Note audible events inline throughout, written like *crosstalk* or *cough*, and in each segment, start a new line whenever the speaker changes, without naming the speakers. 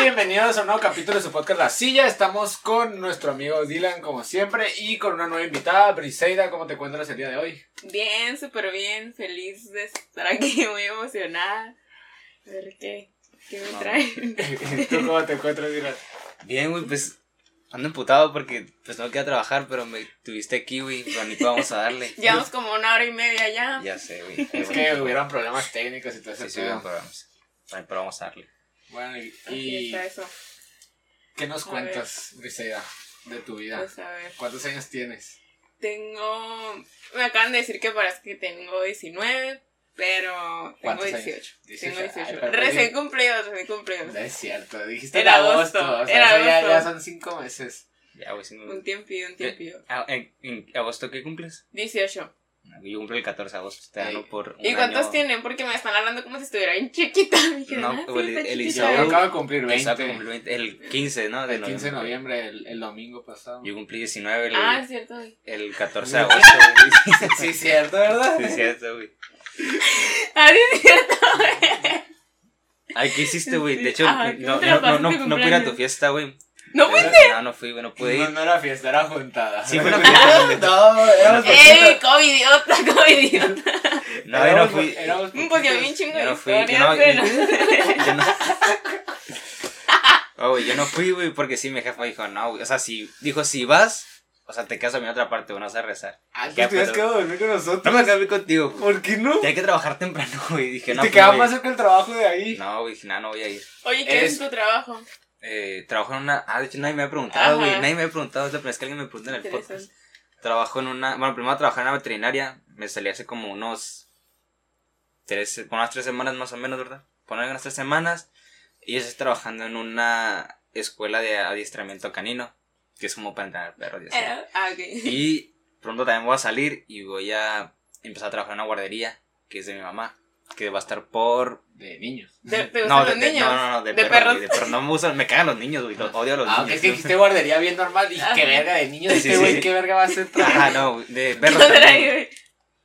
bienvenidos a un nuevo capítulo de su podcast La Silla. Estamos con nuestro amigo Dylan, como siempre, y con una nueva invitada, Briseida. ¿Cómo te encuentras el día de hoy?
Bien, súper bien, feliz de estar aquí, *laughs* muy emocionada. A ver qué, qué me
No.
traen.
*laughs* ¿Tú cómo te encuentras, Dylan?
Bien, güey, pues ando emputado porque pues tengo que ir a trabajar, pero me tuviste aquí, güey, pero ni vamos a
*laughs*
darle.
*laughs* Llevamos como una hora y media ya.
*laughs* Ya sé, güey.
Es que hubieron problemas técnicos y todo eso.
Sí, sí, bien, pero vamos. Ay, Pero vamos a darle.
bueno, y,
Aquí
y
está eso.
¿qué nos
A
cuentas, Briseida, de tu vida?
Pues a ver.
¿Cuántos años tienes?
Tengo. Me acaban de decir que parece que tengo 19, pero tengo
¿Cuántos años?
18. Tengo
18, ay,
18.
pero
recién cumplidos, recién cumplidos.
No es cierto, dijiste en
Era
agosto.
agosto,
o sea,
era
eso ya-
agosto.
Ya, son cinco meses.
Ya, güey, sin
Un
duda.
tiempillo, un tiempillo.
Ah, ¿En, en agosto qué cumples?
18.
Yo cumplo el 14 de agosto, te
Ey.
gano por un
¿Y cuántos
año.
tienen? Porque me están hablando como si estuviera bien chiquita. *laughs* Dije,
No,
ah, sí,
güey,
está
el
Yo
chiquita.
Isabel-
acabo de cumplir
Exacto,
20.
cumplí 20, El 15, ¿no?
El 15 de noviembre, el, el domingo pasado.
Yo cumplí 19 el,
Ah, es cierto. *laughs*
el 14 de agosto, güey.
*laughs* Sí, cierto, ¿verdad?
Sí, es cierto, güey.
Ah, sí, es cierto. *laughs*
Ay, ¿qué hiciste, güey?
Sí,
De hecho,
ajá, ¿cómo
no,
te la
no, no,
pasaste
no, no fui a ir a tu
cumpleaños?
fiesta, güey.
No, pues.
No, no fui, güey, no pude ir.
No, no era fiesta, era juntada.
Sí, fue una fiesta donde-
*laughs* No, éramos
¡Ey, *laughs*
poquitos.
covidiota, covidiota!
No, yo no fui.
éramos poquitos.
Mm, Pues yo vi *laughs* un chingo
Yo
de
no fui,
historias,
yo no-
pero...
*laughs* Yo no. Oh, güey, yo no fui, güey, porque sí, mi jefa dijo, no, güey. O sea, si, dijo, si vas, o sea, te quedas a mi otra parte, güey, no vas a rezar.
Ah, tú
Ya,
te hubieras
pero-
quedado a dormir con
No me
nosotros.
acabé contigo, güey.
¿Por qué no?
Ya hay que trabajar temprano, *laughs* güey. Dije, no,
te
pues,
quedaba
güey.
más cerca el trabajo de ahí.
No, güey, dije, no, no voy a ir.
Oye, ¿qué
Es-
es tu trabajo?
Eh, trabajo en una. Ah, de hecho, nadie me ha
Ajá.
preguntado, güey. Nadie me ha preguntado. Es la primera vez que alguien me pregunta en el podcast.
Interesante.
Trabajo en una. Bueno, primero trabajé en una veterinaria. Me salí hace como unos. Tres, como unas tres semanas más o menos, ¿verdad? Poner unas tres semanas. Y yo estoy trabajando en una escuela de adiestramiento canino. Que es como para entrenar perros. Y, así.
Era- Ah,
*laughs*
ok.
y pronto también voy a salir y voy a empezar a trabajar en una guardería. Que es de mi mamá. Que va a estar por.
De niños.
¿Te, te gustan los
de- de-
niños?
no, no, no, de,
¿De
perros.
perros?
güey, de perros. No me gustan, me cagan los niños, güey. Los odio a los
Ah,
niños.
es que dijiste guardería bien normal. Y
Ajá.
qué verga de niños.
Sí, sí,
Este
sí,
güey,
sí.
qué verga va a ser
Ah,
trabajo.
no, güey, de
*laughs*
perros también.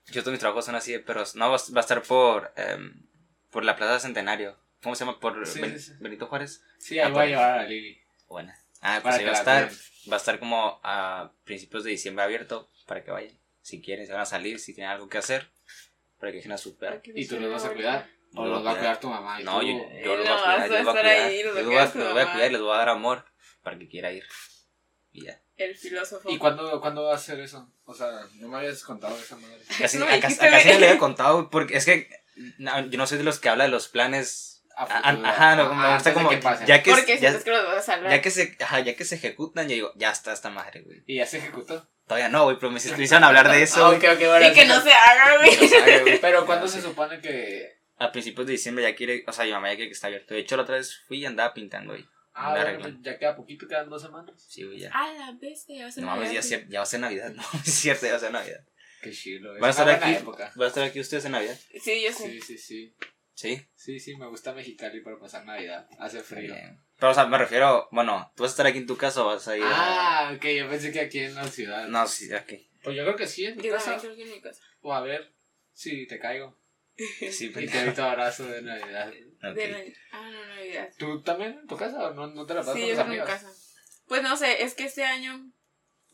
Yo todos mis trabajos son así de perros. No, va va a estar por, em, por la Plaza Centenario. ¿Cómo se llama? ¿Por
Sí,
Ben-
sí, sí.
Benito Juárez?
Sí, ahí voy a llevar a Lili.
Buena. Ah,
Para
pues ahí
que
va a
la
estar.
vean.
Va a estar como a principios de diciembre abierto para que vayan. Si quieren, se van a salir, si tienen algo que hacer, para que dejen a su perro.
¿Y tú los vas a cuidar? ¿O
Yo
los
lo
va a
cuido.
cuidar tu mamá? y
No,
tú?
yo, yo lo voy
No,
a cuidar,
vas a
yo lo voy a
estar ahí,
cuidar.
los
Yo
va a cuidar
lo voy a-
tu
lo voy a
mamá.
cuidar y les voy a dar amor para que quiera ir.
*laughs*
Y ya.
El filósofo.
¿Y cuándo, cuándo va a hacer eso? O sea, no me habías contado de esa madre.
Casi,
No
no
me
acá,
dijiste,
acá sí
*laughs*
güey.
le había contado, güey, porque es que no, yo no soy de los que habla de los planes.
A
a- a-
futuro.
ajá, no,
Ah,
me gusta
antes de
como.
que pase.
ya que,
Porque
ya,
sientes que los vas a salvar.
ya que se, ajá, ya que se ejecutan, yo digo, ya está esta madre, güey.
¿Y ya se ejecutó?
Todavía no, güey, pero me hicieron hablar de eso.
Ah,
*laughs*
ok, ok, bueno,
Y que
sí.
no se haga,
*laughs*
güey.
O sea, güey, Ah,
Pero ¿cuándo
sí.
se supone que.?
A principios de diciembre ya quiere, o sea, mi mamá ya quiere que está abierto. De hecho, la otra vez fui y andaba pintando, güey.
Ah,
Me
bueno,
arreglan.
pues ya queda poquito, quedan dos semanas.
Sí, güey, ya.
A la bestia, Ah, ya se
No
me
mames,
había
ya, se- ya va a ser Navidad, no, *laughs* es cierto, ya va a ser Navidad.
Qué chilo. eh.
¿Van a
es una
estar
buena
aquí?
época.
¿Va a estar aquí ustedes en Navidad?
Sí, yo sí.
Sí, sí, sí.
Sí.
Sí, sí, me gusta Mexicali para pasar Navidad. Hace frío.
Bien. Eh, Pero, o sea, me refiero, bueno, ¿tú vas a estar aquí en tu casa o vas a ir a.?
Ah, ok, yo pensé que aquí en la ciudad.
No, sí, aquí.
Pues yo creo que sí, en mi
Yo
casa.
también creo que en mi casa.
O a ver, sí, te caigo.
*laughs*
Sí,
Y te doy tu abrazo de Navidad.
Ok.
De la- Ah, no, Navidad.
¿Tú también en tu casa o no, no te la pasas
Sí,
con
yo
tus
creo en
amigos?
casa. Pues no sé, es que este año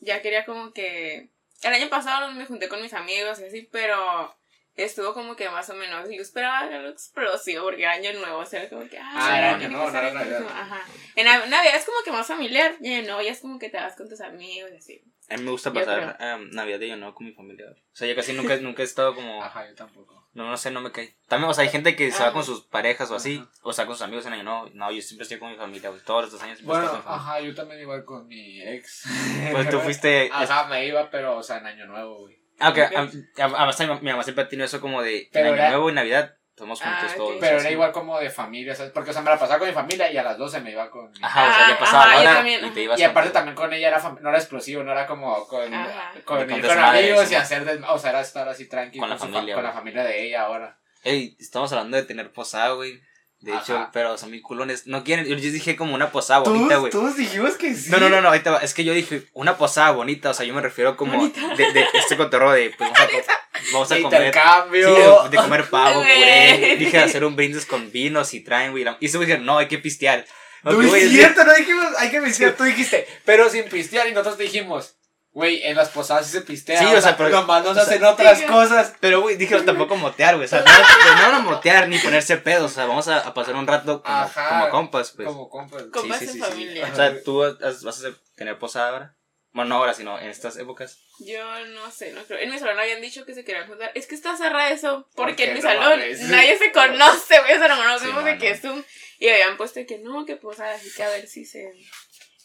ya quería como que... El año pasado me junté con mis amigos y así, pero estuvo como que más o menos... Yo esperaba algo explosivo porque era año nuevo, o sea, como que... Ah,
Ah,
era
ya
año
tiene
nuevo,
que ser
no
algo
era
explosivo, Ajá. En Nav- Navidad es como que más familiar, y en no, ya es como que te vas con tus amigos y así.
A mí me gusta
Yo
pasar em, Navidad de Año Nuevo con mi familia. güey. O sea, yo casi nunca, nunca he estado como.
Ajá, yo tampoco.
No, no sé, no me cae. También, o sea, hay gente que se va
Ajá.
con sus parejas o así,
Ajá.
o sea, con sus amigos en Año Nuevo. No, yo siempre estoy con mi familia, güey. Todos los años siempre
Bueno,
estoy con mi familia.
ajá, yo también igual con mi ex.
*laughs* Pues tú fuiste.
O sea, me iba, pero, o sea, en Año Nuevo, güey.
Ah, ok, a- a- además, mi mamá- mi mamá siempre ha tenido eso como de. en
Pero
Año
era-
Nuevo y Navidad, somos juntos
Ah, ok.
todos.
Pero
así.
era igual como de familia, ¿sabes? Porque, o sea, me la pasaba con mi familia y a las 12 me iba con... mi-
Ajá, o sea, ya
Ah,
pasaba
ajá,
la
yo
hora
también,
y
ajá.
te ibas.
Y aparte
con-
también con ella era fam- no era explosivo, no era como con,
Ajá.
con,
Con
ir
tus
con
madres,
amigos y
¿no?
hacer, des- o sea, era estar así tranquilo
Con la familia,
con la
güey.
familia de ella ahora.
Ey, estamos hablando de tener posada, güey. De
Ajá.
hecho, pero son mis culones. No quieren. Yo les dije como una posada bonita, güey.
dijimos que sí.
No, no, no, no, ahí te va. es que yo dije una posada bonita, o sea, yo me refiero como de, de este cotorro de pues, vamos, a co- vamos a,
De
comer. Sí,
intercambio.
de, de comer pavo,
Güey.
puré. Dije hacer un brindis con vinos y traen, güey. la- Y se dijeron, no, hay que pistear.
no
Ok, güey,
es
es que-
cierto, no dijimos, hay que pistear, tú dijiste, pero sin pistear, y nosotros dijimos, güey, en las posadas sí se pistea,
Sí, o sea, pero-
nomás
o
nos
sea-
hacen otras
Sí, que-
cosas.
Pero, güey, dije, tampoco motear, güey. O sea, no, no van a motear ni ponerse pedo. O sea, vamos a, a pasar un rato como,
Ajá.
como compas, pues.
Como compas.
Como- Compas en familia.
O sea, tú has- vas a tener posada ahora. Bueno, no ahora, sino en estas épocas.
Yo no sé, no creo. En mi salón habían dicho que se querían juntar. Es que está cerrada eso, porque
Porque
en mi
no
salón
mames.
nadie se conoce, güey. O sea, no conocemos
Sí,
de
no,
qué
no.
es Zoom. Y habían puesto que no, que posada, así que a ver si se,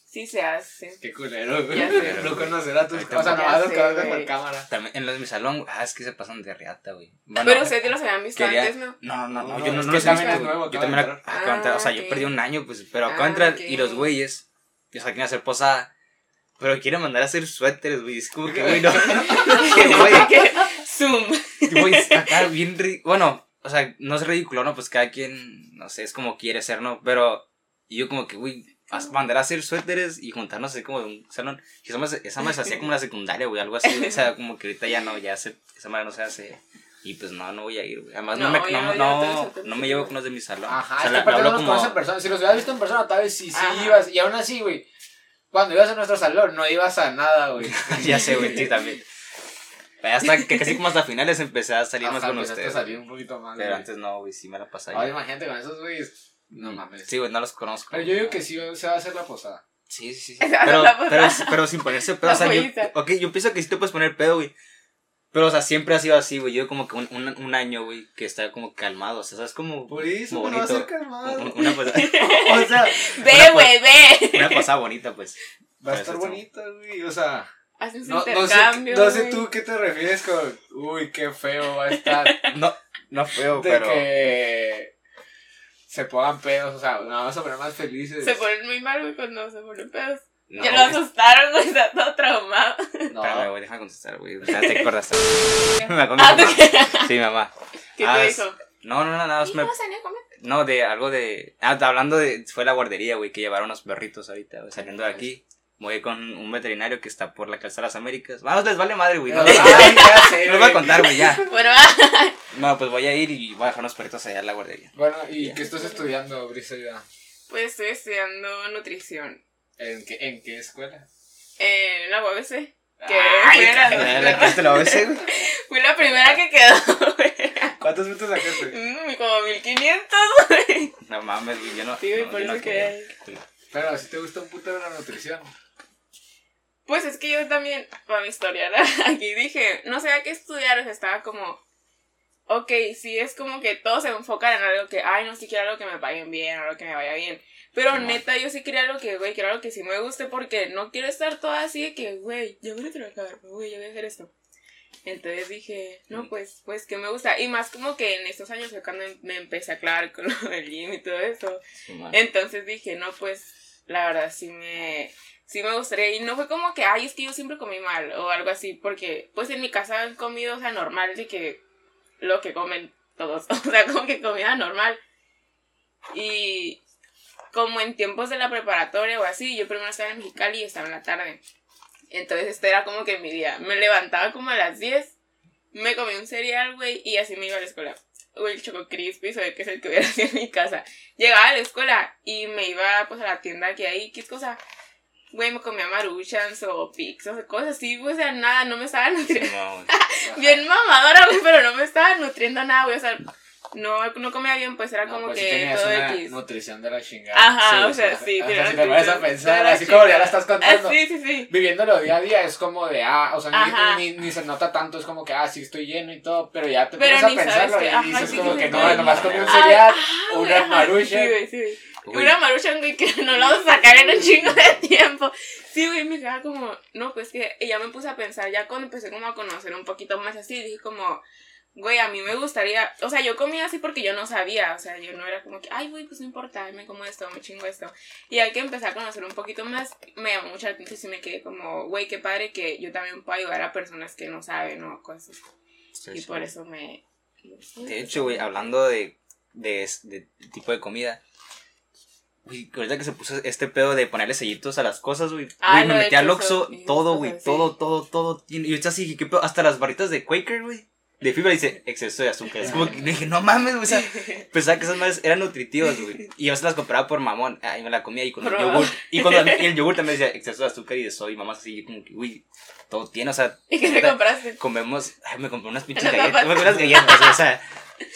si se hace.
Qué culero, güey.
Ya
sé.
No conocer a tus.
Ahí
O sea,
está.
nomás
Ya
los
sé,
conoces por
güey.
cámara.
También en los de mi salón, güey, ah, es que se pasan de riata, güey. Bueno,
Pero ustedes ya los habían visto
quería-
antes, ¿no?
No, no, no,
No,
yo no,
es
no
que
los he
también
visto.
es nuevo,
yo
acabo de
también ac-
entrar.
acabo de entrar, o sea, yo
Ah,
perdí
ok.
un año, pues, pero acabo
Ah,
de entrar
ok.
y los güeyes, o sea, quieren hacer posada, pero quieren mandar a hacer suéteres, güey, es
*laughs*
como que, güey, no, *laughs* que, güey,
Que Zoom.
*laughs* Güey, acá bien ri- Bueno, o sea, no es ridículo, ¿no? Pues cada quien, no sé, es como quiere ser, ¿no? Pero y yo como que, güey, as- mandar a hacer suéteres y juntarnos así como en un salón. Y esa madre esa madre se hacía como en la secundaria, güey, algo así.
*laughs*
O sea, como que ahorita ya no, ya se, esa madre no se hace. Y pues no, no voy a ir, güey. Además, no,
No,
me,
ya no,
no,
ya no te
no,
vas a
no me llevo con los de mi salón.
Ajá,
O sea,
es que
la-
aparte
la
no
hablo
los
como- *laughs*
conoces en persona. Si los hubieras visto en persona, tal vez sí, sí
Ajá.
ibas. Y aún así, güey, cuando ibas a nuestro salón, no ibas a nada,
*laughs*
güey.
ya sé, güey, sí, también. Hasta que casi como hasta finales empecé a salir más
Ajá, pues
con
empezaste a
ustedes.
salir un poquito más.
Pero
güey.
antes no, güey, sí me la pasaba.
Ahora imagínate con esos güeyes. No mames.
Sí, güey, no los conozco.
Pero yo digo que sí se va a hacer la posada.
Sí, sí, sí.
Esa *laughs*
Pero,
la posada.
pero, pero sin ponerse pedo.
La
O sea, yo,
joyita.
ok, yo pienso que sí te puedes poner pedo, güey. Pero, o sea, siempre ha sido así, güey. Yo como que un, un, un año, güey, que está como calmado. O sea, es como
Por eso,
Como
me va a
bonito.
ser calmado.
*laughs* un- una, cosa-
o sea,
Ve, güey, ve.
una pasada bonita, pues.
va a
Parece
estar
chavo.
bonita, güey. O sea,
Haces un
no, no, sé,
intercambio.
no sé
güey.
tú qué te refieres con. Uy, qué feo va a estar.
No, *laughs* no feo,
de
pero...
que se pongan pedos, o sea, nos vamos a poner más felices.
Se ponen muy mal, güey, cuando se ponen pedos.
No,
ya lo asustaron, güey, está todo traumado.
No,
Espérame, güey, déjame contestar, güey. O sea, te acuerdas. Me acordé,
Ah,
mamá.
¿qué
Sí, mamá.
te
Ah, es-
dijo?
No, no, no, nada más
¿Y
me...
cómo salió a comer?
No, de algo de. Ah, hablando de. Fue la guardería, güey, que llevaron los perritos ahorita, güey, saliendo de aquí. Voy con un veterinario que está por la calzada de las Américas. Vamos, les vale madre, güey. No,
Ay,
les
ya
*laughs*
sé,
voy
güey.
a contar, güey, ya.
Bueno, ah,
No, pues voy a ir y voy a dejar unos perritos allá en la guardería.
Bueno, ¿y qué estás estudiando, Briseida?
pues estoy estudiando nutrición.
¿En qué, ¿En qué escuela?
En la UABC. ¿Qué?
Ay,
Fuera.
caray.
Eh, ¿La que te lo ves, güey?
Fui la primera que quedó, *laughs* güey.
¿Cuántos minutos sacaste?
Mm, Como 1500.
No mames, güey, yo no.
Sí, güey,
no,
por
yo no
eso
quería.
que.
Pero si te gusta un puto de la nutrición.
Pues es que yo también, para mi historia, ¿no? *laughs* aquí dije, no sabía qué estudiar, o sea, estaba como, ok, sí, es como que todos se enfocan en algo que, ay, no, sí quiero algo que me paguen bien, algo que me vaya bien. Pero
Simón.
neta, yo sí quería algo que, güey, quiero algo que sí me guste, porque no quiero estar toda así de que, güey, yo voy a trabajar, güey, yo voy a hacer esto. Entonces dije, no, pues, pues que me gusta. Y más como que en estos años fue cuando em- me empecé a aclarar con *laughs* lo del gym y todo eso.
Sí, man.
Entonces dije, no, pues, la verdad sí me, sí me gustaría. Y no fue como que, ay, es que yo siempre comí mal o algo así, porque pues en mi casa han comido, o sea, normal de que lo que comen todos, *laughs* o sea, como que comida normal. Y como en tiempos de la preparatoria o así, yo primero estaba en Mexicali y estaba en la tarde. Entonces este era como que mi día. Me levantaba como a las 10, me comí un cereal, güey, y así me iba a la escuela. O el Choco Crispy, o el que es el que hubiera *laughs* sido en mi casa llegaba a la escuela y me iba pues a la tienda que hay, qué cosa. Güey, me comía maruchans o pizzas, o cosas así, güey, o sea, nada, no me estaba nutriendo. *laughs*
Simón.
Bien mamadora, güey, pero no me estaba nutriendo nada, güey, o sea, no, no comía bien, pues era
No,
como
pues sí
que
tenías
todo
una
X.
nutrición de la chingada.
Ajá,
Sí,
o sea,
sí,
sí,
o sea,
tenía
si
una
te pones a
nutrición
pensar,
de la
así como ya la
chingada.
estás contando.
Ah, sí, sí, sí.
Viviéndolo día a día es como de, ah, o sea,
Ajá.
ni, ni, ni se nota tanto, es como que, ah, sí estoy lleno y todo, pero ya te
Pero
pones a
ni sabes
pensarlo
que-
y
ajá,
dices
sí,
como
sí,
que
sí,
no,
sí.
nomás comí un
Ay,
cereal,
Ah, güey,
una
ajá,
marucha.
Sí, güey, sí, güey.
Güey,
Una maruchan, güey, que *laughs* no la vamos a sacar en un chingo de tiempo. Sí, güey, me quedaba como, no, pues que y ya me puse a pensar, ya cuando empecé como a conocer un poquito más así, dije como, güey, a mí me gustaría, o sea, yo comía así porque yo no sabía, o sea, yo no era como que, ay, güey, pues no importa, me como esto, me chingo esto. Y al que empecé a conocer un poquito más, me llamó mucha atención y me quedé como, güey, qué padre que yo también puedo ayudar a personas que no saben o cosas. así.
Sí,
Y
sí.
por eso me...
De hecho, güey, hablando de, de, es- de tipo de comida. Güey, ahorita que se puso este pedo de ponerle sellitos a las cosas, güey.
Ah, lo
Güey, me
del
metí al
queso
Oxxo,
y
todo,
cosas
güey.
así.
Todo, todo, todo. Y y ahorita sí, ¿qué pedo? Hasta las barritas de Quaker, güey. de fibra dice exceso de azúcar. Es como que dije, no mames, güey. o sea, pensaba que esas madres eran nutritivas, güey. Y yo se las compraba por mamón. Ah, y me la comía y con el
Probaba.
yogur. Y
*laughs*
cuando el yogur también decía exceso de azúcar y de sodio. Y mamás así, yo como que, uy, todo tiene, o sea.
*laughs* ¿Y qué te
neta,
compraste?
Comemos, ay, me compré unas
*laughs*
pinches
Unas
galletas.
papas.
Me compré unas galletas, güey, o sea,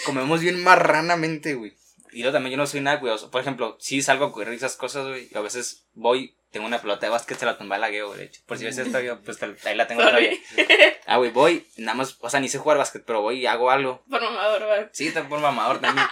comemos bien marranamente, güey. Y yo también, yo no soy nada cuidadoso. Por ejemplo, si salgo a correr y esas cosas, güey. y A veces voy, tengo una pelota de básquet, se la tumba la gueo, de hecho. Por si ves esta, yo, pues ahí la tengo todavía.
Sorry.
Ah, güey, voy, nada más, o sea, ni sé jugar básquet, pero voy y hago algo.
Por mamador, va.
Sí, también por mamador también.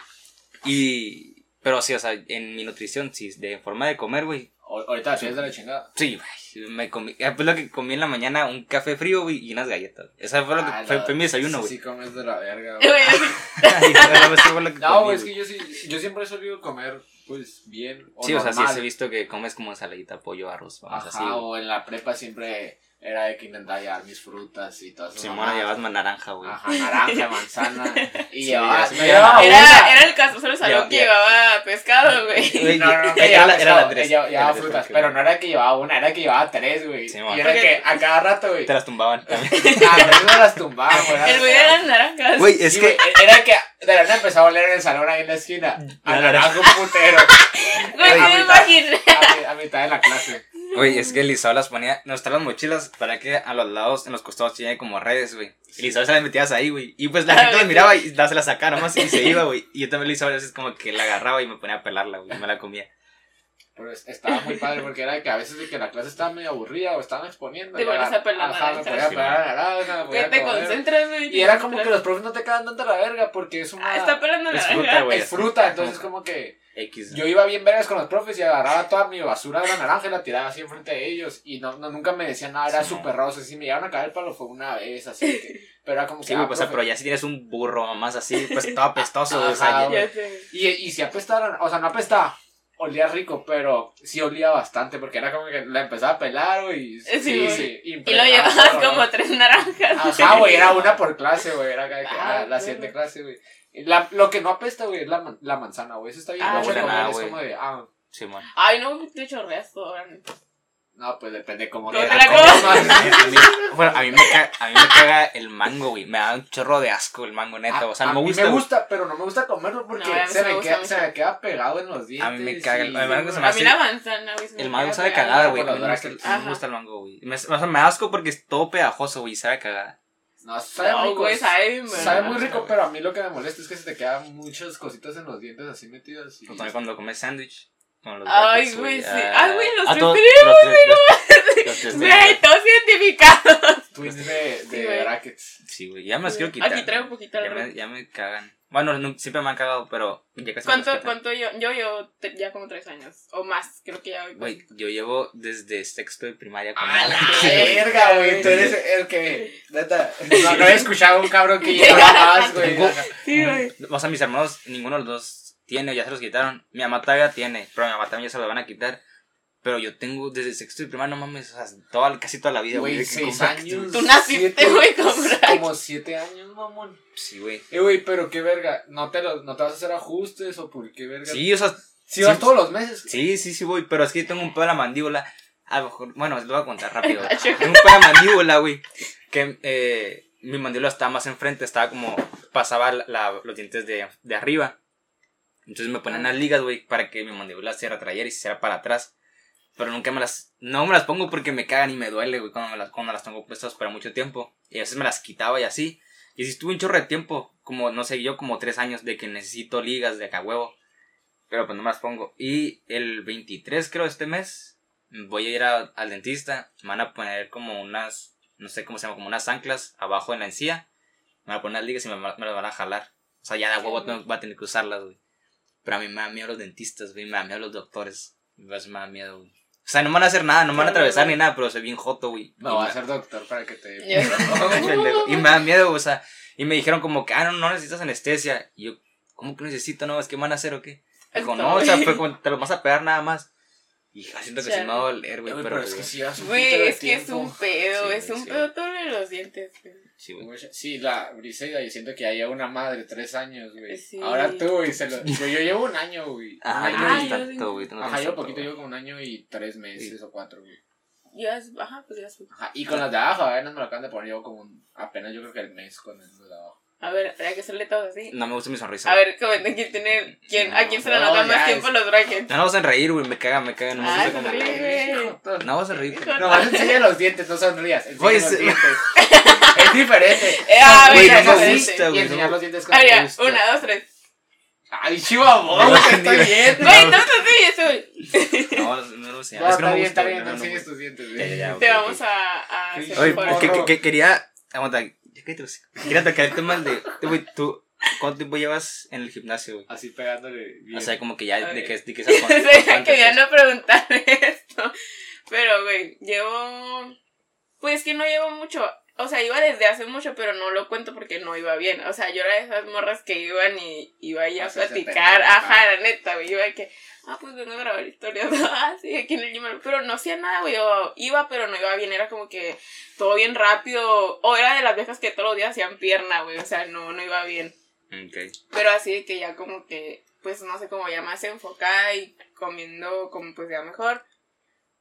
Y, pero sí, o sea, en mi nutrición, sí, de forma de comer, güey.
O- Ahorita la tienes de la chingada.
Sí, güey, me comí, ah, pues lo que comí en la mañana, un café frío, güey, y unas galletas. Esa fue lo que,
Ah,
fue,
no,
fue mi desayuno, güey.
Sí, sí comes de la verga,
Y
güey.
güey, así,
*laughs* Ay, no, eso fue lo
*laughs*
que
No,
comí,
güey, es
güey.
que yo sí, yo siempre he solido comer, pues, bien o
Sí, o sea, sí,
normal.
he visto que comes como ensaladita, pollo, arroz, vamos
Ajá,
así, güey.
o en la prepa siempre era de que intentaba llevar mis frutas y todas esas
Simona,
mamadas.
llevas más naranja, güey.
Ajá, *laughs* naranja, manzana. Y
Sí,
llevaba,
sí,
me
sí.
llevaba
era,
una.
era el caso, solo
Ya,
salón que
Ah, ya.
llevaba pescado, güey.
Güey,
No, no, no,
era,
llevaba
la- era la
pescado,
tres.
llevaba-
era
Llevaba
la tres,
frutas,
porque-
pero no era que llevaba una, era que llevaba tres, güey.
Sí,
y
man.
era que a cada rato, güey. Ah, *laughs*
Te las tumbaban. *laughs*
A veces me las tumbaban, güey.
El güey de las naranjas.
Güey,
Sí, güey, Era que de la nada empezaba a oler en el salón ahí en la esquina. A
La
naranja un putero.
Güey, no me imaginé.
A, mi- a mitad de la clase.
Güey, es que Lizao las ponía, nos traía las mochilas para que a los lados, en los costados, tenía como redes, güey. Y Lizao se las metías ahí, güey.
*laughs*
Y pues la
Ah,
gente las
sí.
miraba y la- se las sacaba nomás y se iba, güey. Y yo también Lizao a veces como que la agarraba y me ponía a pelarla, güey. y Me la comía.
Pero es- estaba muy padre porque era que a veces de que la clase estaba medio aburrida o estaban exponiendo.
Te
ya la-
ponías a pelar
Ajá, me
naranja.
ponía a pelar la naranja. me
Que
ponía
te
a comer.
concentras, güey.
Y era como que los profes no te quedan tanto la verga porque es una.
Ah, está pelando
Es
la
fruta,
naranja.
güey.
es fruta, entonces como que
X.
yo iba bien vergas con los profes y agarraba toda mi basura de la naranja y la tiraba así enfrente de ellos y no, no- nunca me decían nada, era
Sí,
súper rosa, así me llegaron a caer el palo fue una vez, así que, pero era como que,
Sí, güey,
ah,
pues, o sea,
profe.
pero ya si tienes un burro más así, pues todo apestoso, güey. O sea,
Ajá,
ya-
güey.
*laughs* Ya sé.
y, y si apestaron, o sea, no apestaba, olía rico, pero sí olía bastante porque era como que la empezaba a pelar, güey, y sí,
Eh, Sí,
sí,
güey. Y lo
impregnaba
llevabas
todo, ¿no?
como tres naranjas.
Ajá, güey, era una por clase, güey. Era cada que, ah,
Ah,
la
claro.
siguiente clase, güey. La- lo que no apesta, güey, es la, man- la manzana, güey. Eso está bien.
Ah,
gacho de
bueno,
comer,
nada,
es
güey.
como de, ah,
Sí, man.
Ay, no, te chorreazo.
no, pues depende cómo
No
Eh,
te
te
la
la
comas.
*laughs*
A mí, bueno, a mí, me caga, a mí me caga el mango, güey. Me da un chorro de asco el mango, neta. O sea,
Ah, A-
no
a
me
mí
gusta.
me
güey.
gusta, pero no me gusta comerlo porque
No, a mí
se,
sí me
me
gusta
queda,
mucho.
se me queda pegado en los dientes.
A mí me caga el-
y-
el mango se me
A mí
hace-
la manzana, güey. se me
El mango
queda
sabe a
pegada.
cagada, güey.
por
No
los
me gusta el-
brackets.
no me
Ajá.
gusta el mango, güey. Me, o sea, me da asco porque es todo pegajoso, güey. Sabe a cagada.
No, sabe
No,
rico.
güey, sabe bien,
sabe
verga.
muy rico,
güey.
pero a mí lo que me molesta es que se te quedan muchas cositas en los dientes así metidas. y-
O también cuando comes sándwich. con los
Ay,
brackets,
güey, sí.
ah.
Ay, güey, los
Ah,
tres
todos-
fríos,
los tres- los- los
*laughs*
tres
Güey,
fríos.
todos identificados.
Twins de, de
güey.
brackets.
Sí, güey. Ya me las quiero quitar.
Aquí traigo un poquito
Ya
al
me,
rato.
ya me cagan. Bueno, no- siempre me han cagado, pero ya casi me las
¿Cuánto,
quitan.
cuánto yo? Yo llevo te- ya como tres años. O más, creo que ya voy.
Güey, yo llevo desde sexto de primaria con
A la
mango.
verga, Ah, güey. Tú eres el que. Neta. No, no he escuchado a un cabrón que
*laughs*
lleva más, güey.
Tengo-
Sí, güey.
O sea, mis hermanos, ninguno de los dos tiene, ya se los quitaron. Mi mamá todavía tiene, pero a mi mamá también ya se lo van a quitar. Pero yo tengo desde sexto y primaria, no mames, o sea, toda, casi toda la vida,
Güey,
güey. de que
seis
compras-
años.
Tú naciste,
siete-
güey, con brackets.
Como siete años, mamón.
Sí, güey.
Eh, güey, pero qué verga. ¿No te, lo- ¿No te vas a hacer ajustes o por qué verga?
Sí, o sea,
Si vas
sí.
todos los meses.
sí, sí, sí, voy, pero es que tengo un pedo en la mandíbula. A lo mejor, bueno, les voy a
*laughs*
contar rápido. tengo un pedo en la mandíbula, güey. Que eh, mi mandíbula estaba más enfrente, estaba como, pasaba la- la- los dientes de, de arriba. Entonces me ponían las ligas, güey, para que mi mandíbula se retrayera y se hiciera para atrás. Pero nunca me las, no me las pongo porque me cagan y me duele, güey, cuando, me las, cuando las tengo puestas para mucho tiempo. Y a veces me las quitaba y así. Y si estuve un chorro de tiempo, como, no sé, yo como tres años de que necesito ligas de acá huevo. Pero pues no me las pongo. Y el 23, creo, de este mes, voy a ir a- al dentista. Me van a poner como unas, no sé cómo se llama, como unas anclas abajo en la encía. Me van a poner las ligas y me, va- me las van a jalar. O sea, ya de huevo tengo- voy a tener que usarlas, güey. Pero a mí me da miedo los dentistas, güey. Me da miedo los doctores. Pues, me da miedo, güey. O sea, no me van a hacer nada, no me van a atravesar ni nada, pero soy bien joto, güey. Y
No, va
me-
a
*laughs*
ser doctor para que te. Eh,
Ya.
Pendejo. y me da miedo, o sea, y me dijeron como que, ah, no, no necesitas anestesia. Y yo, ¿cómo que necesito? No, es que me van a hacer o qué. Dijo, no, o sea, fue como, te lo vas a pegar nada más. Y yo siento que se me va a doler,
Güey,
güey,
pero,
pero. pues,
es que si
güey,
vas un putero
*laughs* Güey,
de
es que es
tiempo.
un pedo.
Sí,
es
güey,
un
sí.
pedo todo de los dientes. güey.
sí, güey.
Güey, Sí, la Briseida, yo siento que ya lleva una madre, tres años, güey.
Sí.
Ahora tú, güey, se lo- yo, yo llevo un año, güey.
Ajá,
un
no
año
Ay,
tienes
yo
tanto,
digo-
güey. tú no
Ajá,
tienes
yo
tanto,
poquito
güey.
llevo como un año y tres meses o cuatro, güey.
Ya es, ajá, pues ya es.
Ajá, y con las de abajo, a ver, no me lo acaban de poner yo como un- apenas yo creo que el mes con el de abajo.
A ver, hay que hacerle todos así.
No me gusta mi sonrisa.
A ver, comenten quién tiene, quién, a quién se le
No,
nota
ya
más
es-
tiempo los brackets.
No, no vas a reír, güey. Me caga, me caga.
Ah,
No me
Ay,
gusta cómo-
sonríe.
No vas a reír.
No, vas a enseñar los dientes, no sonrías. Enseña
Güey,
los
se- *laughs*
dientes. es diferente.
Eh, ah,
Güey,
mira,
no
no,
me
gusta,
este.
Y
güey,
enseñar
no.
los dientes con
A ver, ya,
gusta.
una, dos,
*laughs*
tres.
Ay, chivabón, te estoy viendo.
Güey, no, no, sí, eso.
No, no lo sé.
Ya,
Es
está
que no me
bien, está
gusta, güey,
bien,
no,
no
no me
enseñes
gusta.
tus dientes.
Ya, ya,
güey.
ya, ok,
Te
ok.
vamos a, a
Sí,
hacer
Oye,
por-
es
que, que- que quería. Aguanta, ya cállate, el hocico. Quería tocar el tema de. eh, Güey, tú, ¿cuánto tiempo llevas en el gimnasio, güey?
Así pegándole bien.
O sea, como que ya. De
Ay.
que, de
*laughs*
que seas con-
Sabía
constante,
que ya
pues.
no preguntar *laughs* esto. Pero, güey, llevo. Pues que no llevo mucho. O sea, iba desde hace mucho, pero no lo cuento porque no iba bien. O sea, yo era de esas morras que iban y iba ahí a
O sea, se
platicar.
peleaban,
Ajá, la neta, güey. Iba de que, ah, pues vengo a grabar historias. *laughs* Ah, sí, aquí en el gym. Pero no hacía nada, güey. o iba, pero no iba bien. Era como que todo bien rápido. O era de las viejas que todos los días hacían pierna, güey. O sea, no, no iba bien.
Ok.
Pero así de que ya como que, pues no sé, como ya más enfocada y comiendo como pues ya mejor.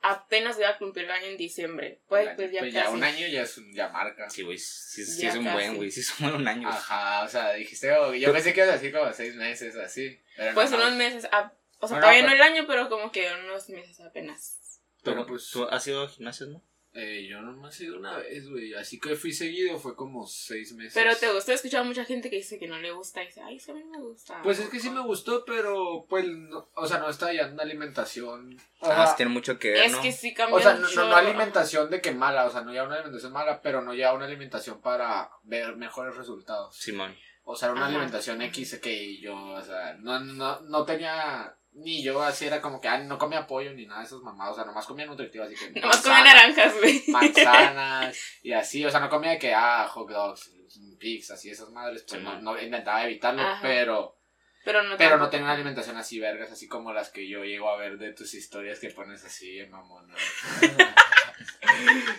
Apenas voy a cumplir el año en diciembre. Pues, pues ya
Pues
casi.
un año ya es un- ya marca.
Sí, güey. Sí, sí
Ya
es un buen,
casi.
güey. Sí, es un buen año. güey.
Ajá, o sea, dijiste, oh, yo pensé que ibas así como seis meses, así. Pero
Pues
no,
unos meses. a- o sea,
No, no,
todavía no,
pero-
el año, pero como que unos meses apenas.
Pero
Pero,
pues-
¿Tú has ido a gimnasio, no?
Eh, yo nomás he ido una vez, güey. Así que fui seguido, fue como seis meses.
Pero te gusta escuchar a mucha gente que dice que no le gusta. Y dice, ay, eso a mí me gusta.
Pues es que sí me gustó, pero pues, no- o sea, no está ya una alimentación. O sea,
Ah, sí, tiene mucho que ver,
Es
¿no?
que sí cambia
o sea, no,
mucho.
no- no alimentación de que mala, o sea, no ya una alimentación mala, pero no ya una alimentación para ver mejores resultados.
Simón.
O sea, era una
Ajá.
alimentación X que yo, o sea, no, no, no tenía, ni yo así era como que, ah, no comía pollo ni nada de esas mamadas, o sea, nomás comía nutritivo, así que...
*laughs* Nomás comía
manzana,
naranjas, güey.
manzanas y así, o sea, no comía de que, ah, hot dogs, pizzas y esas madres, pues no,
Simón.
no intentaba evitarlo,
Ajá.
pero
*laughs* Pero no
pero no
tampoco.
tenía una alimentación así vergas, así como las que yo llego a ver de tus historias que pones así en mamona.
*laughs*
*laughs*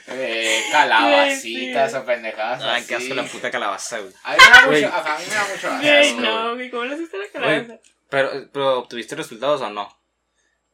Eh, calabacitas o pendejadas
Ah,
así.
qué asco la puta calabaza, güey.
A mí me da
Güey.
mucho, ajá, a mí me da mucho
Güey,
asco.
no, güey, ¿cómo le hiciste la cabeza?
Pero, pero, ¿obtuviste resultados
*laughs*
o no?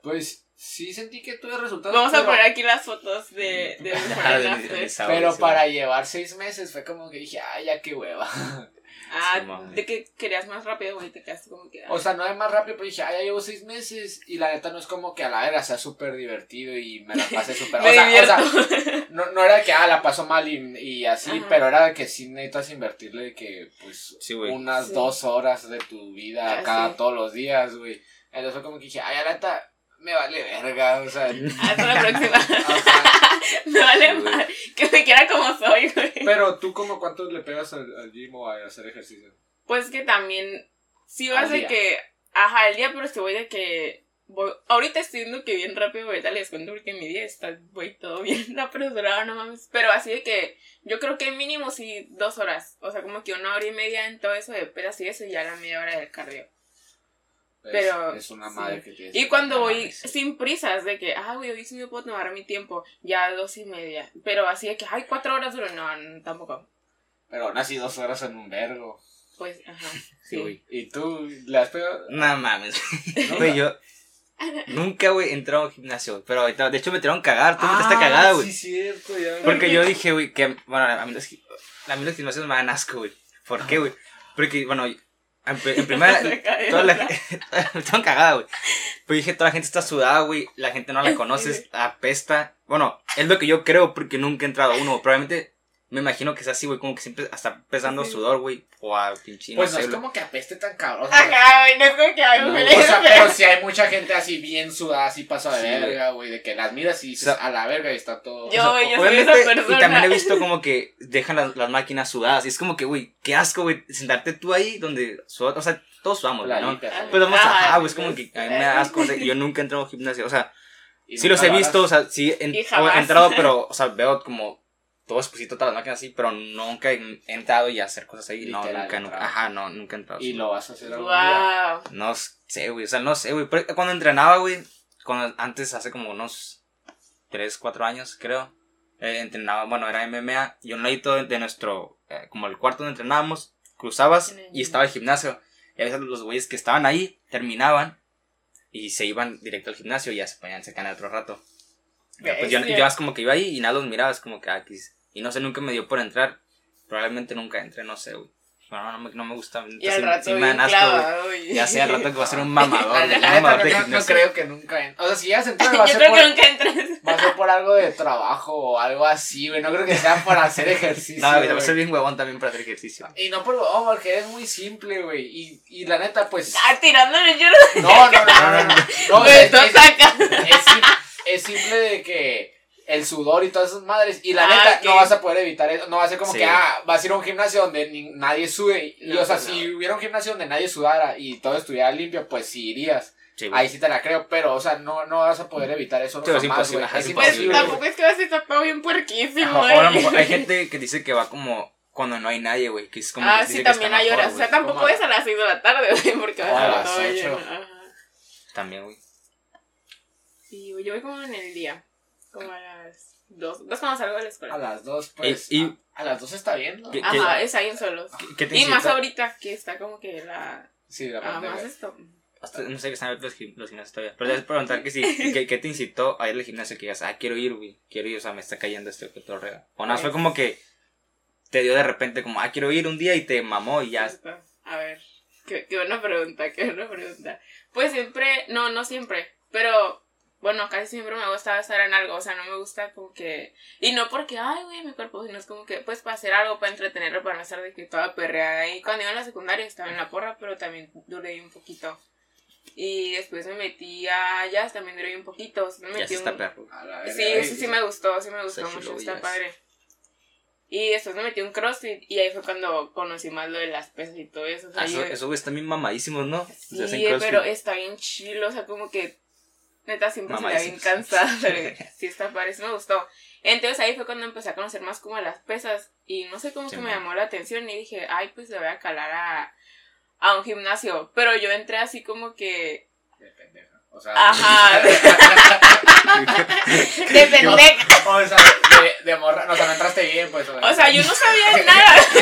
Pues sí sentí que tuve resultados.
Vamos a
pero- Ah,
poner aquí las fotos de,
*laughs*
de mis
De- de- de
morenas.
sabor,
Pero
Simón.
para llevar seis meses fue como que dije, ay, ya qué hueva. *laughs*
Sí,
Ah,
mami.
de que querías más rápido, güey, te quedaste como que. ah.
O sea, no es más rápido, pero dije, ah, ya llevo seis meses. Y la neta no es como que a la era sea súper divertido y me la pasé
*laughs*
súper. o,
"Ah, me
sea, o sea,
divierto.
no, no era que, ah, la paso mal y, y así,
Ajá.
pero era que sí necesitas invertirle de que, pues,
Sí, güey.
unas
Sí.
dos horas de tu vida
Ah,
cada
sí.
todos los días, güey. Entonces fue como que dije, ay, la neta me vale verga, o
*laughs*
sea.
*laughs* Hasta
*laughs*
la próxima.
o sea,
*laughs* me vale
Sí, güey.
mal que me quiera como soy, güey.
pero tú, como cuánto le pegas al, al gym o a hacer ejercicio?
Pues que también. Si vas
Al
de
día.
que. Ajá, el día, pero es que voy de que. voy- ahorita estoy viendo que bien rápido, güey, les cuento porque mi día está, voy todo bien *laughs* apresurado, no mames. Pero así de que. Yo creo que mínimo sí dos horas. O sea, como que una hora y media en todo eso de pesas y eso, y ya la media hora del cardio.
Es-
Pero,
es una
sí.
madre que tienes.
Y cuando
no
voy
mames.
sin prisas, de que, ah, güey, hoy sí me puedo tomar mi tiempo, ya dos y media. Pero así de que, ay, cuatro horas duro, no, no, tampoco.
Pero aún así dos horas en un vergo.
Pues, ajá.
*laughs* Sí, güey.
¿Y tú le has pegado?
No
*laughs*
mames. Güey, yo nunca, güey, he entrado a un gimnasio, güey, pero ahorita, de hecho me tiraron
Ah,
cagar, tú me esta cagada, güey.
Sí, cierto, ya.
Porque yo dije, güey, que, bueno, a mí los, gi- a mí los gimnasios me dan asco, güey. ¿Por qué, güey? Porque, bueno, en, pri-
*laughs*
en
*laughs*
primera,
Se cae
toda la *laughs*
otra.
me tiraron cagada, güey. Pero dije, toda la gente está sudada, güey, la gente no la
Sí,
conoces,
güey.
apesta. Bueno, es lo que yo creo porque nunca he entrado a uno, probablemente... Me imagino que es así, güey, como que siempre hasta pesando
Sí.
sudor, güey. O a pinche, no
Pues no
sé,
es
güey.
como que apeste tan cabrón. o sea,
Ajá, güey, no es como que algo
No,
me
O
*laughs*
sea,
le-
pero si hay mucha gente así bien sudada, así pasa de
Sí,
verga, güey, de que las miras y dices
O sea,
a la verga y está todo.
Yo, güey, yo soy
Obviamente,
esa persona.
y también he visto como que dejan las, las máquinas sudadas. Y es como que, güey, qué asco, güey, sentarte tú ahí donde sudas. O sea, todos sudamos,
la
¿no?
limpias,
Ah,
güey.
Pues vamos
Ay,
a, ah, güey, es
pues,
como que a mí me da asco. o sea, yo nunca he entrado a un gimnasio. O sea,
Y
sí
nunca
los he
lo
visto, o
hagas.
sea, sí en-
Y
o
jamás.
*laughs*
he entrado, pero, o sea, veo como todo exposito, todas las máquinas así, pero nunca he entrado y hacer cosas ahí. No,
Literal,
nunca,
entrado.
nunca. Ajá, no, nunca he entrado.
Y lo vas a hacer
*laughs*
algún día.
Wow.
No sé, güey, o sea, no sé, güey. pero Cuando entrenaba, güey, cuando, antes hace como unos 3, 4 años, creo, eh, entrenaba, bueno, era MMA, y un ladito de, de nuestro, eh, como el cuarto donde entrenábamos, cruzabas y estaba el gimnasio. Y a veces los güeyes que estaban ahí terminaban y se iban directo al gimnasio y ya se ponían a sacar otro rato. Ya, pues yo,
Bestia.
yo más como que iba ahí y nada los mirabas como que aquí. Y no sé, nunca me dio por entrar. Probablemente nunca entré, no sé, güey. No, no, me- no me gusta.
Y al
sí-
rato
sí me
bien
dan asco, güey.
clavado. y-
Ya sea
*laughs*
al rato que va a ser un mamador.
La
güey, un
neta, no,
mamador de
creo- no
gimnasio.
creo que nunca. en- O sea, si
*laughs*
ya se entra, va a
Yo
ser
creo
por,
que nunca
*laughs*
entres.
va a ser por algo de trabajo o algo así, güey. No creo que sea para hacer ejercicio.
No, güey, te va a
güey.
ser bien huevón también para hacer ejercicio.
Y no por. Oh, porque es muy simple, güey. Y, y la neta,
*laughs*
pues.
Ah, tirándole yo
No, no, no, no. no, no. No,
Me
es,
está
es-
sacando.
es sim- es simple de que el sudor y todas esas madres. Y la
Ah,
neta,
ok.
no vas a poder evitar eso. No va a ser como
Sí.
que, ah, vas a ir a un gimnasio donde ni- nadie sude. Y,
No,
o sea,
pues,
si hubiera un gimnasio donde nadie sudara y todo estuviera limpio, pues sí irías.
Sí, güey.
Ahí sí te la creo, pero, o sea, no, no vas a poder evitar eso.
Sí, es
jamás,
imposible,
güey.
ajá, es
Pues
imposible,
güey.
tampoco es que vas a estar tapado bien puerquísimo,
Ajá, o a lo
güey.
mejor hay gente que dice que va como cuando no hay nadie, güey. Que es como
Ah,
que dice
sí,
que está
también hay
mejor,
horas. O sea,
güey.
tampoco
Toma.
es a las 6 de la tarde, güey, porque vas
O a
a estar
las
todo
ocho.
lleno. Ajá.
También, güey.
Sí, güey, yo voy como en el día, como a las 2. Dos cuando salgo de la
A
escuela.
las dos, pues.
Y- y-
a, a las dos está bien, ¿no?
¿Qué-
Ajá, es ahí en solos.
¿Qué- ¿Qué te
ah. Y más
incita?
ahorita que está como que la.
Sí, Ah, la
Ah,
pandemia.
más esto.
Hasta- No sé qué están abiertos los gim- los gimnasios todavía. Pero te voy a preguntar que si,
*laughs*
que, que te incitó a ir al gimnasio que digas, ah, quiero ir, güey. Quiero ir, o sea, me está cayendo este cotorreo. O no, fue como que te dio de repente como, ah, quiero ir un día y te mamó y ya.
Esto. pues, A ver, qué, qué buena pregunta, qué buena pregunta. Pues siempre, no, no siempre, pero bueno, casi siempre me gusta estar en algo, o sea, no me gusta como que... Y no porque, ay, güey, mi cuerpo, sino es como que, pues para hacer algo, para entretenerlo, para no estar de que toda perreada. Y cuando iba en la secundaria estaba en la porra, pero también duré un poquito. Y después me metí a jazz, también duré un poquito. o sea, me
Ya
metí
se está
un-
perro.
A la verga,
Sí,
güey.
eso sí me gustó, sí me gustó
Está
mucho,
chido,
está
yes.
padre. Y después me metí un crossfit y ahí fue cuando conocí más lo de las pesas y todo eso. o sea,
Ah, eso-
yo-
esos güey están bien mamadísimos, ¿no?
sí,
Se hacen
eh,
crossfit.
pero está bien chilo, o sea, como que neta siempre se
Mamá,
me
sí.
bien cansada, *laughs*
*laughs*
pero sí está padre, eso me gustó. Entonces ahí fue cuando empecé a conocer más como las pesas y no sé cómo
Sí,
que me
man.
llamó la atención y dije, ay, pues le voy a calar a, a un gimnasio. Pero yo entré así como que
De pendeja. O sea,
Ah.
Ajá.
*laughs*
*laughs* de pendeja.
o sea, de, de morra. No, o sea, no entraste bien, pues.
O sea, yo no
*laughs*
sabía nada. *laughs*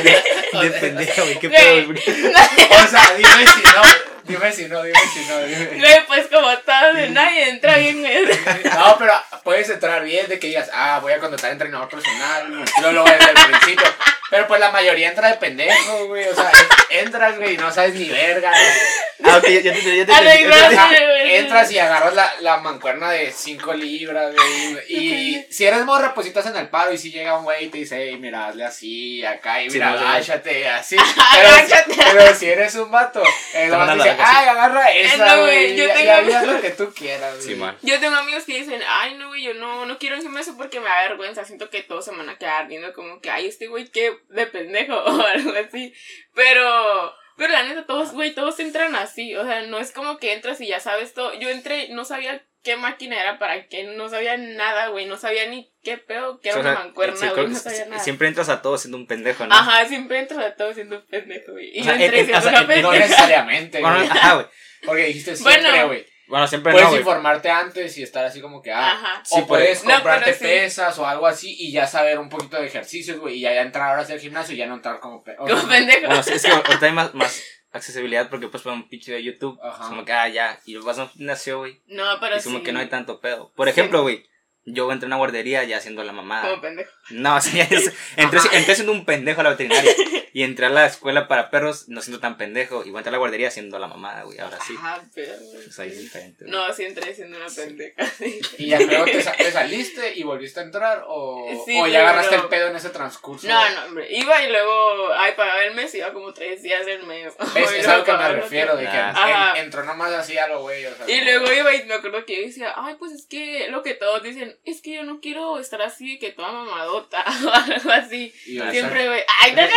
De pendeja, güey, qué
Güey.
pedo, güey.
O sea, dime si no. Dime si no, dime si no. Dime.
Güey, pues como todo, de nadie entra bien. güey.
No, pero puedes entrar bien de que digas, ah, voy a contratar entrenador personal. güey. Yo lo veo desde el principio. Pero pues la mayoría entra de pendejo, güey. O sea, entras, güey, y no sabes ni verga. güey.
Ah, ok, ya, ya te ya te
A la
entendí, ya te
O
iglesia.
sea, entras y agarras la, la mancuerna de 5 libras, güey.
*laughs*
Y si eres morra, pues si estás en el paro y si llega un güey y te dice, hey, mira, hazle así, acá, y
Sí,
mira,
no, sí, no.
agáchate,
*laughs*
así.
Agáchate.
Pero, pero si eres un vato, el
Te
vato
mandan a la
dice,
verga,
ay, agarra esa,
no, güey,
güey.
yo
y- Y
tengo-
harías
*laughs*
lo que tú quieras, güey.
Sí, man.
Yo tengo amigos que dicen, ay, no, güey, yo no, no quiero un gimnasio porque me da vergüenza, siento que todos se van a quedar viendo como que, ay, este güey, qué de pendejo *laughs* o algo así. Pero, pero la neta, todos, güey, todos entran así, o sea, no es como que entras y ya sabes todo. Yo entré, no sabía qué máquina era para qué, no sabía nada, güey, no sabía ni qué pedo, qué era
O sea,
una
sí,
mancuerna,
creo
güey,
que
no sabía
si-
nada.
Siempre entras a todo siendo un pendejo, ¿no?
Ajá, siempre entras a todo siendo un pendejo, güey. Y yo
O sea,
entré
en- en-
siendo
o sea,
una
en-
*laughs*
no
No
pendeja.
necesariamente,
Bueno,
güey.
ajá, güey.
Porque dijiste
Bueno.
siempre, güey.
Bueno, siempre
Pues
Puedes
no, güey.
informarte antes y estar así como que, ah,
Ajá.
Sí,
o puedes
por- No,
comprarte
pero sí.
pesas o algo así y ya saber un poquito de ejercicios, güey, y ya entrar ahora hacia el gimnasio y ya no entrar como... pe- o sea,
Como pendejo.
*laughs* Bueno, sí, es que ahorita
*laughs*
hay más, más accesibilidad porque pues para un pinche de YouTube,
Ajá.
es como que, ah, ya, y vas a un gimnasio, güey,
No, pero
y
sí.
como que no hay tanto pedo. Por
Sí. Oh.
ejemplo, güey, yo entré a una guardería ya haciendo la
Como
mamada.
pendejo.
No, *laughs* o sea, ya es- entré,
Ajá.
entré siendo un pendejo a
*laughs*
la veterinaria y entré a la escuela para perros no siendo tan pendejo y voy a entrar a la guardería siendo la mamada, güey, ahora sí.
Ajá, pero.
O sea, es diferente. güey.
No, sí entré siendo una pendeja. *laughs* sí.
Y ya luego
*laughs*
te, sa- te saliste y volviste a entrar o,
Sí,
o ya agarraste
pero-
el pedo en ese transcurso.
No, no, hombre. Iba y luego, ay, pagaba el mes, iba como tres días del mes. *laughs*
¿Ves?
Y
Es
luego
a lo que me
pagaba el otro.
refiero, de que
Ah.
en-
Ajá.
entró nomás así a lo güey. O sea,
Y
no-
luego iba y me acuerdo que yo decía, ay, pues es que lo que todos dicen, es que yo no quiero estar así, que toda mamadota *laughs* o algo así.
Y yo,
Siempre, güey, ay, no, no,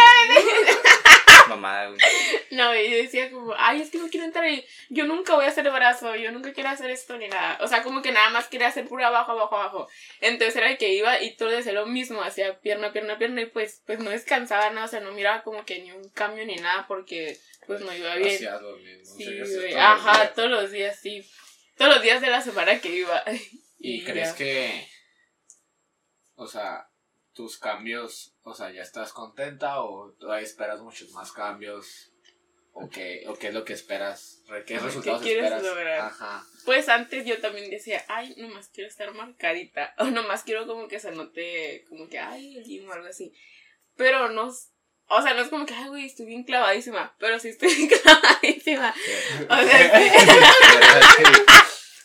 Mamada, güey.
No, y yo decía como, ay, es que no quiero entrar ahí. Yo nunca voy a hacer brazo, yo nunca quiero hacer esto ni nada. O sea, como que nada más quería hacer pura abajo, abajo, abajo. Entonces era el que iba y todo decía lo mismo, hacía pierna, pierna, pierna y pues, pues no descansaba nada, o sea, no miraba como que ni un cambio ni nada porque pues no iba bien.
hacías lo mismo,
sí,
hacías
güey,
todo lo
ajá,
mismo.
todos los días, sí. Todos los días de la semana que iba. *laughs*
¿Y
ya.
crees que, o sea, tus cambios, o sea, ya estás contenta o todavía esperas muchos más cambios? ¿O qué, o qué es lo que esperas? ¿Qué,
¿Qué
resultados
quieres
esperas?
lograr?
Ajá.
Pues antes yo también decía, ay, nomás quiero estar marcadita. *laughs* O nomás quiero como que se note, como que, ay, el gym o algo así. Pero no. s- O sea, no es como que, ay, güey, estoy bien clavadísima. Pero sí estoy *laughs* bien clavadísima. O *laughs*
*laughs*
sea, sí.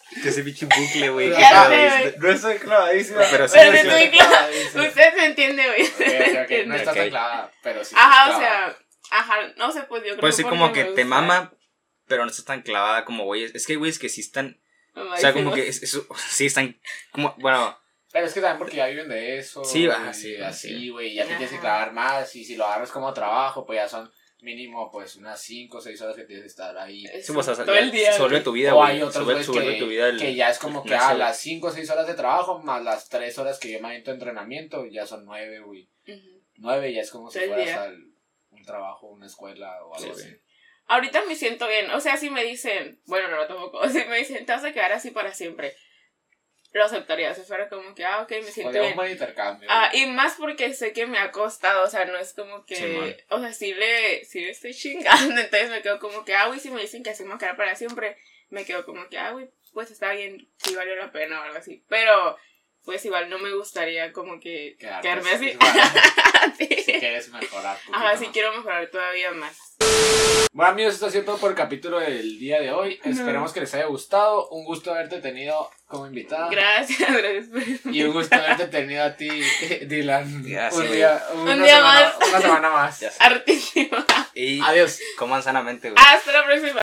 *laughs* Que ese pinche bucle, güey.
Ya
Ah,
sé,
güey,
güey.
No estoy clavadísima.
Pero sí,
Pero sí
sí,
estoy clavadísima. Usted se entiende, güey.
Ok, ok, ok, No
*laughs* Entiende.
estás
Ok.
tan clavada, pero sí.
Ajá, o
clavada.
sea, ajá, no sé, pues yo creo
Pues sí, como
porque
que
me
te
gusta.
mama, pero no estás tan clavada como güeyes. Es que hay güeyes que sí están.
Mamadísimo.
O sea, como que. es- es- sí, están. Como, bueno,
Pero es que también porque ya viven de eso.
Sí,
güey,
ajá, sí,
Así,
sí.
güey. Ya te tienes que
Ajá.
clavar más. Y si lo agarras como trabajo, pues ya son mínimo pues unas 5 o 6 horas que tienes que estar ahí.
Es
sí, pues, o sea,
todo el día.
se vuelve
güey.
tu vida,
o hay
güey. Se
otros
vuelve,
güeyes
se vuelve
que,
tu vida. el-
que ya es como
el
que a
gimnasio,
las 5 o 6 horas de trabajo más las 3 horas que yo me aviento de entrenamiento, ya son 9, güey.
Ujú.
9 ya es como si
Todo el
fueras
día.
al un trabajo, una escuela o algo
Sí,
así.
Ahorita me siento bien. O sea, si me dicen, bueno, no, no tampoco. *laughs* Si me dicen, te vas a quedar así para siempre. Lo aceptaría. O sea, fuera como que, ah, ok, me siento
Podría un
bien.
buen intercambio.
Ah, y más porque sé que me ha costado, o sea, no es como que,
Simón.
o sea, sí le, sí le estoy chingando, *laughs* entonces me quedo como que, ah, güey, si me dicen que hacemos cara para siempre, me quedo como que, ah, güey, pues está bien, sí valió la pena o algo así, pero, pues igual no me gustaría como que *laughs*
Quedarte
quedarme así,
*laughs*
*laughs*
si
Sí.
quieres mejorar.
ajá,
poquito
sí
más.
quiero mejorar todavía más,
Bueno amigos, esto ha sido todo por el capítulo del día de hoy.
No.
Esperemos que les haya gustado. Un gusto haberte tenido como invitada.
gracias, *laughs* gracias por-
Y un gusto haberte tenido a ti, *laughs* Dylan.
Ya
un
sé.
día, una
Un día
semana-
más.
Una semana más.
Ya sé.
hartísimo,
Y
Adiós.
coman sanamente, güey.
hasta la próxima.